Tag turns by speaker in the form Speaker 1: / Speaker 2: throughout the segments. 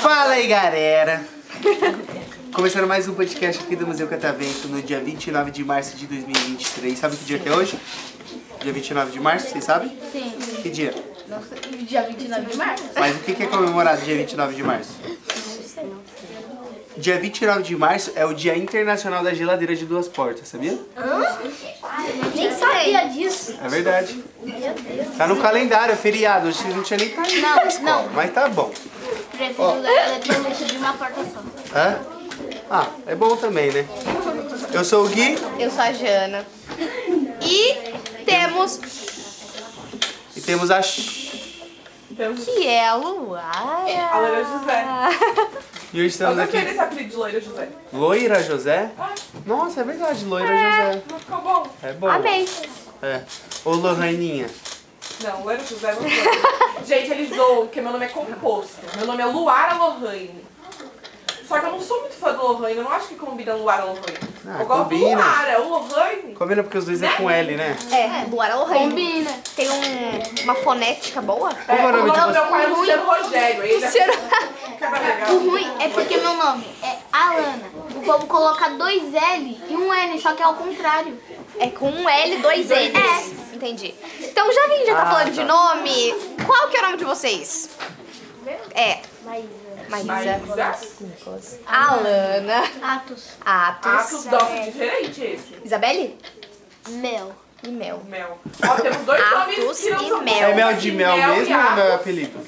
Speaker 1: Fala aí, galera! Começando mais um podcast aqui do Museu Catavento no dia 29 de março de 2023. Sabe que dia que é hoje? Dia 29 de março, vocês sabem?
Speaker 2: Sim,
Speaker 1: Que dia?
Speaker 2: nossa, dia 29 de março.
Speaker 1: Mas o que que é comemorado dia 29 de março? Dia 29 de março é o Dia Internacional da Geladeira de Duas Portas, sabia?
Speaker 2: Nem sabia disso.
Speaker 1: É verdade. Tá no calendário, é feriado. Hoje vocês não tinha nem tá indo pra
Speaker 2: Não,
Speaker 1: escola,
Speaker 2: não.
Speaker 1: mas tá bom.
Speaker 2: Prefiro oh. eletrônica de uma porta só.
Speaker 1: Hã? Ah, é bom também, né? Eu sou o Gui
Speaker 3: Eu sou a Jana. E temos
Speaker 1: e temos a... Sh-
Speaker 3: que é a Luara.
Speaker 4: A Loira José.
Speaker 1: E hoje
Speaker 4: Eu
Speaker 1: estamos
Speaker 4: gostei
Speaker 1: aqui...
Speaker 4: desse apelido de Loira José.
Speaker 1: Loira José? Nossa, é verdade, Loira José.
Speaker 4: Não ficou bom?
Speaker 1: É bom.
Speaker 3: Amei.
Speaker 1: É. Ô, Lohaninha.
Speaker 4: Não, Loira José não foi. Gente, eles zoam, porque meu nome é composto. Meu nome é Luara Lohane. Só que eu não sou muito fã do Lohane, eu não acho que combina Luara Lohane.
Speaker 1: Ah,
Speaker 4: eu gosto
Speaker 1: combina.
Speaker 4: do Luara, o Lohane.
Speaker 1: Combina porque os dois é com L, né?
Speaker 3: É, Luara Lorraine. Combina. Tem um- uma fonética boa.
Speaker 1: Como é o nome de
Speaker 4: do
Speaker 1: você?
Speaker 4: meu pai é Luciano Rogério. Ele é cara
Speaker 2: O
Speaker 4: legal.
Speaker 2: ruim é porque meu nome é Alana. O povo coloca dois L e um N, só que é ao contrário.
Speaker 3: É com um L, dois N's.
Speaker 2: N's.
Speaker 3: Entendi. Então, já que a gente já tá
Speaker 1: Ah,
Speaker 3: falando
Speaker 1: tá.
Speaker 3: de nome, qual que é o nome de vocês? É,
Speaker 2: Maísa.
Speaker 3: Maísa,
Speaker 4: Mas é
Speaker 3: Alana,
Speaker 2: Atos.
Speaker 3: Atos,
Speaker 4: Atos doce diferente esse.
Speaker 3: Isabelle
Speaker 2: Mel.
Speaker 3: e Mel.
Speaker 4: Mel. Ó, temos dois
Speaker 3: Atos
Speaker 4: nomes que não
Speaker 3: e
Speaker 4: são
Speaker 3: mel.
Speaker 4: comuns,
Speaker 1: É mel de mel
Speaker 4: um assim, e
Speaker 1: mesmo ou
Speaker 4: Atos.
Speaker 1: não é apelido?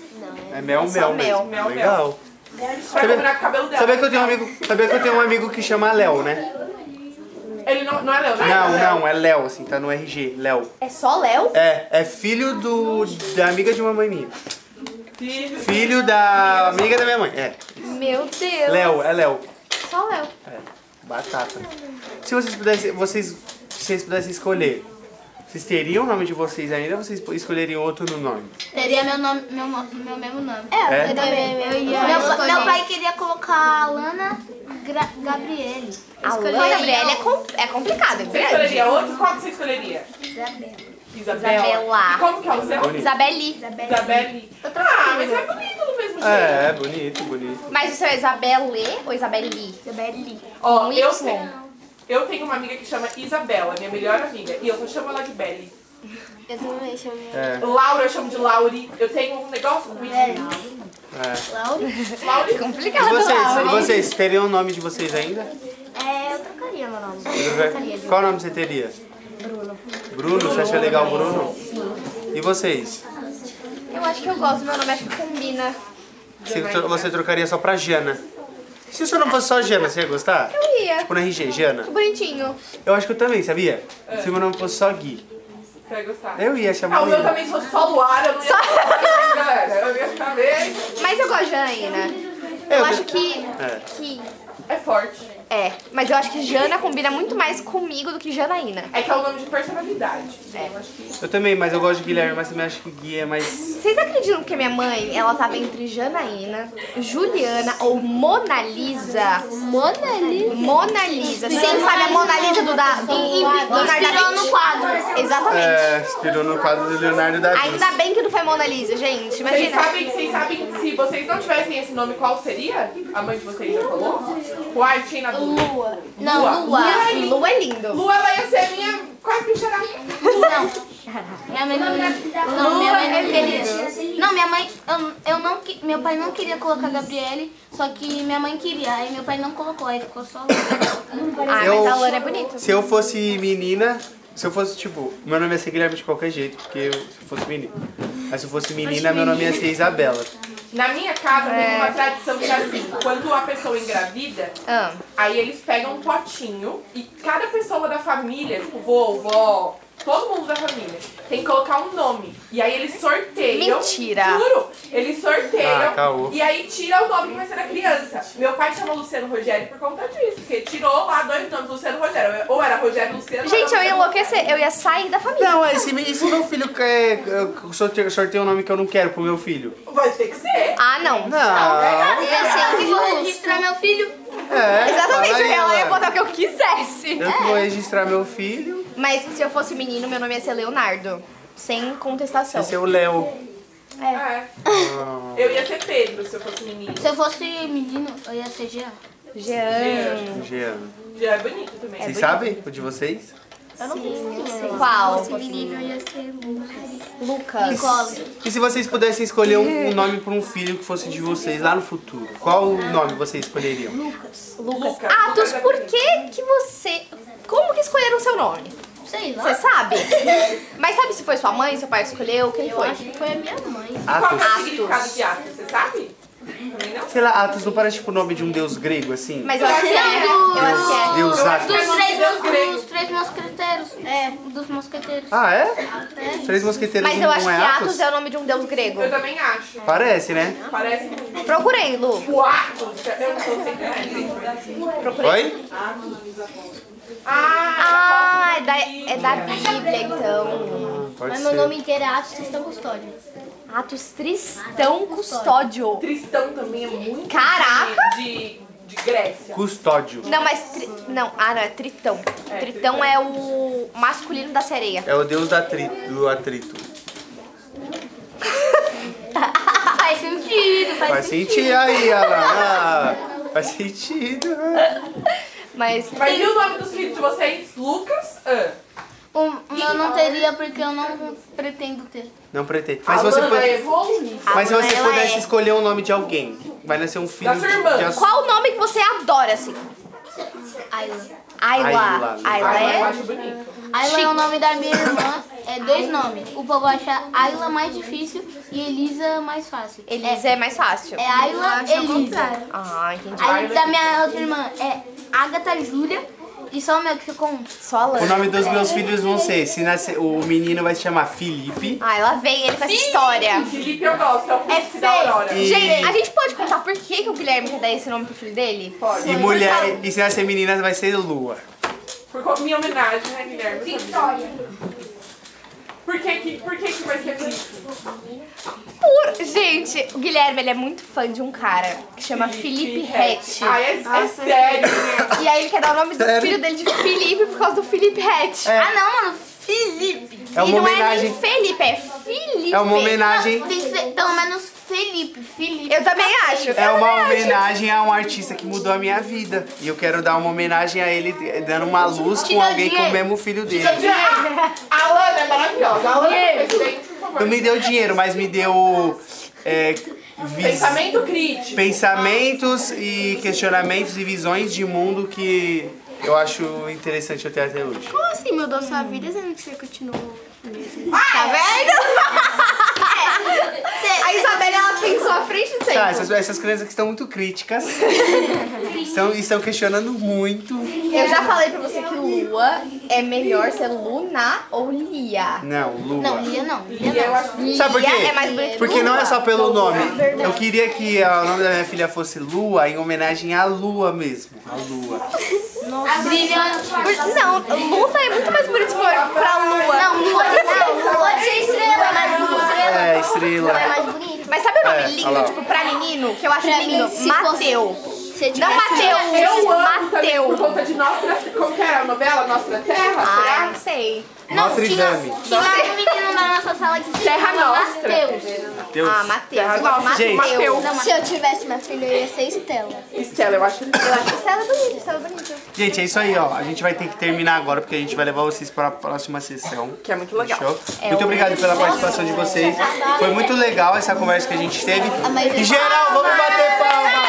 Speaker 1: É mel, mel
Speaker 3: só
Speaker 1: mesmo.
Speaker 3: mel.
Speaker 4: Mel, Tá. mel.
Speaker 1: Legal.
Speaker 4: Pra combinar com o cabelo dela.
Speaker 1: Sabia que eu tenho um amigo, sabia que eu tenho um amigo que chama Léo, né?
Speaker 4: Ele não, não é Léo, né?
Speaker 1: um- Não, não, é Léo, assim, tá no RG, Léo.
Speaker 3: É só Léo?
Speaker 1: É, é filho do da amiga de uma mãe minha.
Speaker 4: Filho.
Speaker 1: Filho da amiga da minha mãe. É,
Speaker 3: Meu Deus.
Speaker 1: Léo, é Léo.
Speaker 3: Só Léo.
Speaker 1: É, Batata. Se vocês pudessem, vocês, se vocês pudessem escolher, vocês teriam o nome de vocês ainda ou vocês escolheriam outro no nome?
Speaker 2: Teria meu, nome, meu, no- meu mesmo nome.
Speaker 1: É?
Speaker 2: Meu, pa- meu pai queria colocar Alana Gra- Gabriele.
Speaker 3: Alana, Gabriela é, com, é complicado, é
Speaker 4: Você
Speaker 3: grande.
Speaker 4: escolheria outro? Qual que você escolheria? Isabela.
Speaker 3: Isabela.
Speaker 4: E como que é o seu?
Speaker 1: Bonito.
Speaker 3: Isabelle.
Speaker 4: Isabelle. Ah, mas é bonito do mesmo jeito.
Speaker 1: É, é bonito, bonito.
Speaker 3: Mas o seu é Isabelle ou Isabelle?
Speaker 2: Gabriele.
Speaker 4: Ó,
Speaker 3: Um
Speaker 4: eu
Speaker 3: Y.
Speaker 4: tenho. Eu tenho uma amiga que chama Isabela, minha melhor amiga, e eu só chamo ela de Belly.
Speaker 2: Eu também chamei.
Speaker 1: É,
Speaker 4: Laura eu chamo de Lauri. Eu tenho um negócio com isso.
Speaker 1: é.
Speaker 2: Laura?
Speaker 4: Lauri.
Speaker 3: Complicado.
Speaker 1: E vocês, e
Speaker 3: Laura.
Speaker 1: vocês teriam o nome de vocês ainda?
Speaker 2: É, eu trocaria meu nome.
Speaker 1: Qual nome você teria? Bruno. Bruno, você acha legal o Bruno? E vocês?
Speaker 3: Eu acho que eu gosto, meu nome acho que combina.
Speaker 1: Você, tro- você trocaria só pra Jana. Se o seu nome fosse só Jana, você ia gostar?
Speaker 3: Eu ia.
Speaker 1: Tipo na RG, Jana.
Speaker 3: Que bonitinho.
Speaker 1: Eu acho que eu também, sabia? Se o meu nome fosse só Gui,
Speaker 4: Você vai gostar.
Speaker 1: eu ia
Speaker 4: Ah,
Speaker 1: chamar
Speaker 4: o meu
Speaker 1: ele.
Speaker 4: também se fosse só Luara, eu não ia falar, galera. Eu ia ficar bem.
Speaker 3: Mas eu gosto de Janaína. Eu acho que.
Speaker 1: É.
Speaker 3: que.
Speaker 4: É forte.
Speaker 3: É, mas eu acho que Jana combina muito mais comigo do que Janaína.
Speaker 4: É que é o nome de personalidade. né?
Speaker 3: É.
Speaker 4: Eu acho que
Speaker 1: Eu também, mas eu gosto de Guilherme, mas também acho que Gui é mais.
Speaker 3: Vocês acreditam que a minha mãe, ela tava entre Janaína, Juliana ou Mona Lisa? Mona Lisa? Mona Lisa. Vocês sabem a Mona Lisa do, da, do,
Speaker 2: Inspirou no
Speaker 3: quadro. Exatamente.
Speaker 1: É, inspirou no quadro do Leonardo da Vinci.
Speaker 3: Ainda bem que não foi Mona Lisa, gente.
Speaker 4: Vocês
Speaker 3: Imagina.
Speaker 4: sabem, vocês sabem se vocês não tivessem esse nome, qual seria? A mãe de vocês já falou? Uai, tinha na dúvida.
Speaker 2: Lua. Não, Lua.
Speaker 4: Lua.
Speaker 3: Lua, Lua é lindo.
Speaker 4: Lua, ela ia ser minha quase bichara.
Speaker 2: Minha mãe não, não, minha mãe não queria. Não, minha mãe, eu, eu não, que- meu pai não queria colocar Gabriele, só que minha mãe queria, aí meu pai não colocou, aí ficou só Lua.
Speaker 3: Ah,
Speaker 1: Eu-
Speaker 3: mas a Lana é bonita.
Speaker 1: Se eu fosse menina, se eu fosse tipo, meu nome ia ser Guilherme de qualquer jeito, porque eu, se eu fosse menino. Mas se eu fosse menina, meu nome ia ser Isabela.
Speaker 4: Na minha casa tem uma tradição que é assim, quando a pessoa engravida,
Speaker 3: Ah,
Speaker 4: aí eles pegam um potinho e cada pessoa da família, tipo vovó, todo mundo da família, tem que colocar um nome. E aí eles sorteiam.
Speaker 3: Mentira.
Speaker 4: Juro! Eles sorteiam
Speaker 1: Ah, caô.
Speaker 4: e aí tira o nome que vai ser da criança. Meu pai chama Luciano Rogério por conta disso, porque tirou lá dois nomes, Luciano Rogério. Ou era Rogério Luciano.
Speaker 3: gente, eu ia
Speaker 4: louco.
Speaker 3: enlouquecer. Eu ia sair da família.
Speaker 1: Não, e se, me- e se meu filho quer eu sorteio, sorteio um nome que eu não quero pro meu filho?
Speaker 4: Vai ter que ser.
Speaker 3: Ah,
Speaker 1: Não.
Speaker 3: não.
Speaker 4: né?
Speaker 2: Eu sei que vou registrar meu filho.
Speaker 1: É,
Speaker 3: Exatamente,
Speaker 1: fala aí,
Speaker 3: ela ia
Speaker 1: Luana.
Speaker 3: que eu quisesse.
Speaker 1: Eu que vou registrar meu filho.
Speaker 3: Mas se eu fosse menino, meu nome ia ser Leonardo. Sem contestação.
Speaker 1: Esse é o Léo.
Speaker 4: É. Eu ia ser Pedro se eu fosse menino.
Speaker 2: Se eu fosse menino, eu ia ser Jean.
Speaker 3: Jean.
Speaker 1: Jean.
Speaker 4: Já é bonito também.
Speaker 1: Vocês sabem o de vocês?
Speaker 3: Qual?
Speaker 2: é
Speaker 5: menino ia ser Lucas.
Speaker 3: Lucas.
Speaker 1: E se vocês pudessem escolher um, um nome para um filho que fosse de vocês lá no futuro, qual o nome vocês escolheriam?
Speaker 3: Lucas.
Speaker 4: Lucas.
Speaker 3: Atos,
Speaker 4: Lucas é
Speaker 3: Ah, por
Speaker 4: bonito.
Speaker 3: que que você... Como que escolheram seu nome?
Speaker 2: Sei lá.
Speaker 3: Você sabe? Mas sabe se foi sua mãe, seu pai escolheu, quem
Speaker 2: Eu
Speaker 3: foi?
Speaker 2: acho que foi a minha mãe.
Speaker 4: Qual que é
Speaker 1: Atos.
Speaker 4: o significado de Atos? Você sabe? Também não?
Speaker 1: Sei lá, Atos não parece tipo o nome de um deus grego assim?
Speaker 3: Mas eu acho que é. Eu acho que é.
Speaker 1: Deus Atos.
Speaker 2: Dos três,
Speaker 4: Deus grego.
Speaker 2: dos três mosqueteiros. É, dos mosqueteiros.
Speaker 1: Ah, é? Três mosqueteiros
Speaker 3: Mas
Speaker 1: não
Speaker 3: eu acho que
Speaker 1: é
Speaker 3: Atos
Speaker 1: Atos?
Speaker 3: é o nome de um deus grego.
Speaker 4: Eu também acho.
Speaker 1: Parece, né?
Speaker 4: Parece muito.
Speaker 3: Procurei, Lu.
Speaker 4: O Atos. Eu não sou sempre assim.
Speaker 1: Oi?
Speaker 4: Ah,
Speaker 3: Ah, é da, é da Bíblia, então.
Speaker 1: Pode
Speaker 5: Mas
Speaker 1: ser.
Speaker 5: meu nome inteiro é Atos Cristão Custódio.
Speaker 3: Atos Tristão Custódio.
Speaker 4: Tristão também é muito.
Speaker 3: Caraca!
Speaker 4: De, de, de Grécia.
Speaker 1: Custódio.
Speaker 3: Não, mas. Tri, não, ah, não, é Tritão. Tritão é o masculino da sereia.
Speaker 1: É o deus da tri- do atrito.
Speaker 2: Faz sentido, faz,
Speaker 1: Faz sentido aí, Alan. Ah, faz sentido. né?
Speaker 3: Mas.
Speaker 4: Mas e o nome dos filhos de vocês? Lucas? Ah.
Speaker 2: O o meu Um, não teria porque eu não pretendo ter.
Speaker 1: Não pretendo.
Speaker 4: A
Speaker 1: Mas se você,
Speaker 4: Lana
Speaker 1: pud-
Speaker 4: evolui.
Speaker 1: mas se
Speaker 3: Alana,
Speaker 1: você
Speaker 3: ela
Speaker 1: pudesse
Speaker 3: é.
Speaker 1: escolher o nome de alguém, vai nascer um filho
Speaker 4: Da
Speaker 1: de,
Speaker 4: sua irmã.
Speaker 1: de a-
Speaker 3: Qual o nome que você adora, assim?
Speaker 2: Ayla.
Speaker 3: Ayla.
Speaker 1: Ayla.
Speaker 4: Eu
Speaker 3: Ayla é.
Speaker 4: acho bonito.
Speaker 2: Ayla é o nome da minha irmã. É dois nomes. O povo acha Ayla mais difícil e Elisa mais fácil.
Speaker 3: Elisa é mais fácil.
Speaker 2: É Ayla Elisa.
Speaker 3: Ah, entendi.
Speaker 2: Aí da minha outra irmã é Agatha Júlia e só o meu que ficou um.
Speaker 3: Só a
Speaker 1: O
Speaker 3: Lana.
Speaker 1: nome dos meus filhos vão ser, se nascer, o menino vai se chamar Felipe.
Speaker 3: Ah, ela vem, ele faz história.
Speaker 4: Felipe eu gosto, é o príncipe da
Speaker 3: feio.
Speaker 4: Aurora.
Speaker 1: E-
Speaker 3: Gente, a gente pode contar por que, que o Guilherme quer dar esse nome pro filho dele? Pode.
Speaker 1: E mulher, e se nascer meninas vai ser Lua.
Speaker 4: Por co- minha homenagem, né, Guilherme? Vitória. Por que que, por que, que vai ser Felipe?
Speaker 3: Por... Gente, o Guilherme ele é muito fã de um cara que chama Felipe Rett.
Speaker 4: Ah, é, é sério, né?
Speaker 3: E aí ele quer dar o nome do
Speaker 1: Sério?
Speaker 3: filho dele de Felipe por causa do Felipe Rett.
Speaker 1: É.
Speaker 2: Ah não, mano, Felipe.
Speaker 1: É
Speaker 3: e
Speaker 1: uma
Speaker 3: não
Speaker 1: homenagem.
Speaker 3: é nem Felipe, é Felipe.
Speaker 1: É uma homenagem.
Speaker 2: Tem que ser pelo menos Felipe, Felipe.
Speaker 3: Eu também acho.
Speaker 1: É uma
Speaker 3: Eu também acho.
Speaker 1: homenagem a um artista que mudou a minha vida. E eu quero dar uma homenagem a ele eh, dando uma luz com alguém que é o mesmo filho dele.
Speaker 4: A Alana é maravilhosa. A Alana é presidente, por favor.
Speaker 1: Não me deu dinheiro, mas me deu eh, vis-
Speaker 4: Pensamento crítico.
Speaker 1: pensamentos e questionamentos e visões de mundo que eu acho interessante eu ter até hoje.
Speaker 5: Como assim mudou sua vida sendo que você continuou?
Speaker 3: Tá vendo? É. a Isabela ela pensou à frente do tempo.
Speaker 1: Tá, essas, essas crianças que estão muito críticas estão, estão questionando muito.
Speaker 3: Eu já falei pra você que Lua é melhor ser Luna ou Lia.
Speaker 1: Não, Lua.
Speaker 2: Não, Lia não. Lia
Speaker 4: E eu acho que
Speaker 1: Sabe por
Speaker 3: Lia
Speaker 1: quê?
Speaker 3: é mais bonito que
Speaker 1: Porque não é
Speaker 3: Lua.
Speaker 1: só pelo nome. Eu queria que ah, o nome da minha filha fosse Lua, em homenagem à Lua mesmo. A Lua.
Speaker 2: não. Brilhante.
Speaker 3: Por- Não, Luna é muito mais bonito pra, pra Lua.
Speaker 2: Não, Lua não. Pode ser estrela, mas Lua
Speaker 1: É, estrela.
Speaker 2: é mais bonita.
Speaker 3: Mas sabe o nome
Speaker 1: É, olha
Speaker 3: lindo,
Speaker 1: lá.
Speaker 3: tipo, pra menino? Que eu acho
Speaker 5: Pra
Speaker 3: lindo?
Speaker 5: mim, se
Speaker 3: Mateu.
Speaker 5: Você
Speaker 3: Não Mateu,
Speaker 4: Eu amo também por
Speaker 3: Mateu.
Speaker 4: conta de Nossa... Como que era a novela? Nossa Terra?
Speaker 3: Ah,
Speaker 4: Será?
Speaker 3: não sei.
Speaker 1: Notre
Speaker 2: tinha,
Speaker 1: Dame.
Speaker 2: tinha um menino na nossa sala que se
Speaker 4: Terra
Speaker 2: chamava
Speaker 4: Nostra.
Speaker 2: Mateus.
Speaker 1: Deus.
Speaker 3: Ah, Mateus. Igual
Speaker 1: Gente.
Speaker 3: Mateus.
Speaker 4: Mateus.
Speaker 2: Não,
Speaker 5: Se eu tivesse uma filha, eu ia ser Estela.
Speaker 4: Estela, eu acho
Speaker 3: Eu acho Estela bonita, Estela bonita.
Speaker 1: Gente, é isso aí, ó. A gente vai ter que terminar agora, porque a gente vai levar vocês para a próxima sessão.
Speaker 4: que é muito legal.
Speaker 1: Show? Muito obrigado pela participação de vocês. Foi muito legal essa conversa que a gente teve. E geral, vamos bater palma!